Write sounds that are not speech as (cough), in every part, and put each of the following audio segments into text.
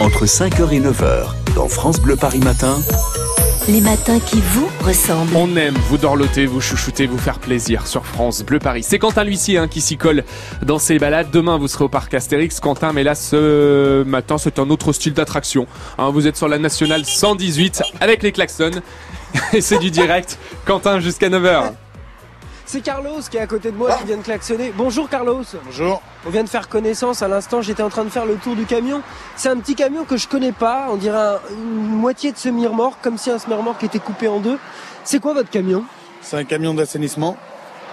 entre 5h et 9h dans France Bleu Paris Matin. Les matins qui vous ressemblent. On aime vous dorloter, vous chouchouter, vous faire plaisir sur France Bleu Paris. C'est Quentin l'huissier hein, qui s'y colle dans ses balades. Demain, vous serez au parc Astérix, Quentin, mais là, ce matin, c'est un autre style d'attraction. Hein, vous êtes sur la nationale 118 avec les klaxons. (laughs) Et c'est du direct. Quentin, jusqu'à 9h. C'est Carlos qui est à côté de moi qui vient de klaxonner. Bonjour Carlos. Bonjour. On vient de faire connaissance. À l'instant, j'étais en train de faire le tour du camion. C'est un petit camion que je connais pas. On dirait un- une moitié de semi-remorque, comme si un semi-remorque était coupé en deux. C'est quoi votre camion C'est un camion d'assainissement.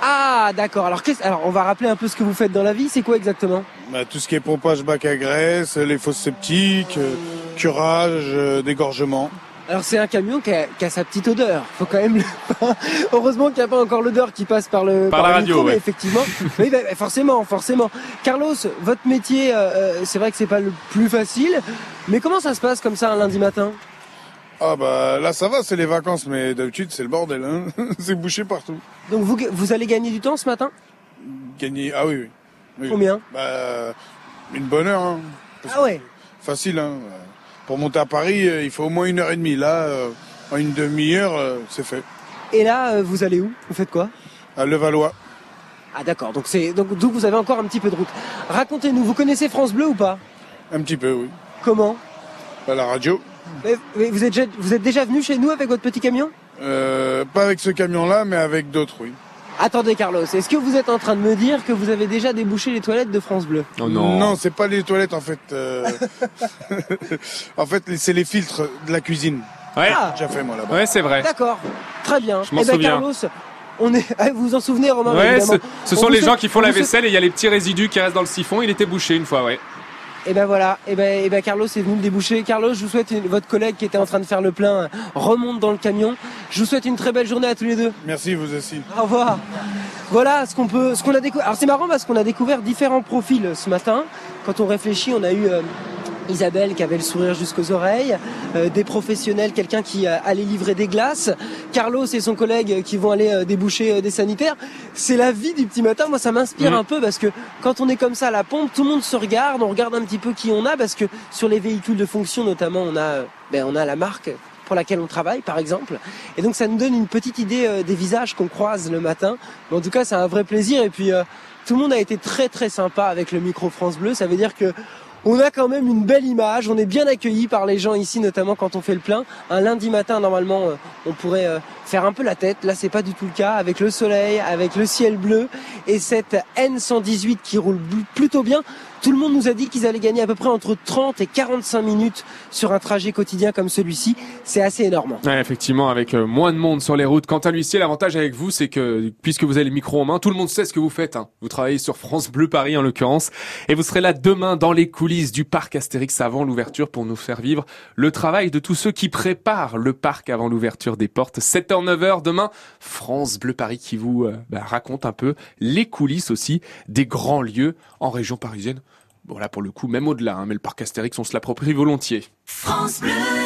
Ah, d'accord. Alors, qu'est-ce- alors, on va rappeler un peu ce que vous faites dans la vie. C'est quoi exactement Bah, tout ce qui est pompage bac à graisse, euh, les fosses septiques, euh, curage, euh, dégorgement. Alors c'est un camion qui a, qui a sa petite odeur. Faut quand même. le- Heureusement qu'il n'y a pas encore l'odeur qui passe par le Par la le radio, micro, mais ouais. (laughs) effectivement. oui, bah, forcément, forcément. Carlos, votre métier, euh, euh, c'est vrai que c'est pas le plus facile, mais comment ça se passe comme ça un lundi matin Ah bah là ça va, c'est les vacances, mais d'habitude c'est le bordel. Hein (laughs) c'est bouché partout. Donc vous vous allez gagner du temps ce matin Gagner, ah oui, oui. Oui. Combien Bah, une bonne heure. Hein. Parce Ah ouais. que Facile. Hein. Pour monter à Paris, euh, il faut au moins une heure et demie. Là, euh, en une demi-heure, euh, c'est fait. Et là, euh, vous allez où Vous faites quoi À Levallois. Ah d'accord. Donc c'est donc donc vous avez encore un petit peu de route. Racontez-nous. Vous connaissez France Bleu ou pas Un petit peu, oui. Hmm. Comment À la radio. Mais- mais vous êtes déjà, vous êtes déjà venu chez nous avec votre petit camion Euh, pas avec ce camion-là, mais avec d'autres, oui. Attendez Carlos, est-ce que vous êtes en train de me dire que vous avez déjà débouché les toilettes de France Bleu Oh c'est pas les toilettes en fait. euh, (laughs) en fait, c'est les filtres de la cuisine. Ouais, Ah, J'ai fait moi là-bas. ouais c'est vrai. d'accord, très bien. Je m'en eh ben, souviens. Carlos, on est... (laughs) ah, vous vous en souvenez Romain Ouais, ce, évidemment. ce On sont vous les sait- gens qui font on la vous sait- vaisselle et il y a les petits résidus qui restent dans le siphon. Il était bouché une fois, ouais. Eh ben voilà, eh ben, eh ben Carlos est venu le déboucher. Carlos, je vous souhaite, une- votre collègue qui était en train de faire le plein euh, remonte dans le camion. Je vous souhaite une très belle journée à tous les deux. Merci vous aussi. Au revoir. Voilà ce qu'on peut, ce qu'on a découvert. Alors c'est marrant parce qu'on a découvert différents profils ce matin. Quand on réfléchit, on a eu euh, Isabelle qui avait le sourire jusqu'aux oreilles, euh, des professionnels, quelqu'un qui euh, allait livrer des glaces, Carlos et son collègue qui vont aller euh, déboucher euh, des sanitaires. C'est la vie du petit matin. Moi, ça m'inspire Mhm. un peu parce que quand on est comme ça à la pompe, tout le monde se regarde, on regarde un petit peu qui on a parce que sur les véhicules de fonction notamment, on a, euh, ben, on a la marque pour laquelle on travaille, par exemple. Et donc, ça nous donne une petite idée euh, des visages qu'on croise le matin. Mais en tout cas, c'est un vrai plaisir. Et puis, euh, tout le monde a été très, très sympa avec le micro France Bleu. Ça veut dire que on a quand même une belle image. On est bien accueillis par les gens ici, notamment quand on fait le plein. Un lundi matin, normalement, euh, on pourrait euh, faire un peu la tête. Là, c'est pas du tout le cas. Avec le soleil, avec le ciel bleu et cette N118 qui roule bl- plutôt bien. Tout le monde nous a dit qu'ils allaient gagner à peu près entre 30 et 45 minutes sur un trajet quotidien comme celui-ci. C'est assez énorme. Ouais, effectivement, avec euh, moins de monde sur les routes. Quant à l'huissier, l'avantage avec vous, c'est que puisque vous avez le micro en main, tout le monde sait ce que vous faites. hein. Vous travaillez sur France Bleu Paris en l'occurrence, et vous serez là demain dans les coulisses du parc Astérix avant l'ouverture pour nous faire vivre le travail de tous ceux qui préparent le parc avant l'ouverture des portes. 7h, 9h demain, France Bleu Paris qui vous euh, bah, raconte un peu les coulisses aussi des grands lieux en région parisienne. Bon là pour le coup, même au-delà, hein, mais le parc Astérix, on se l'approprie volontiers. France Bleu.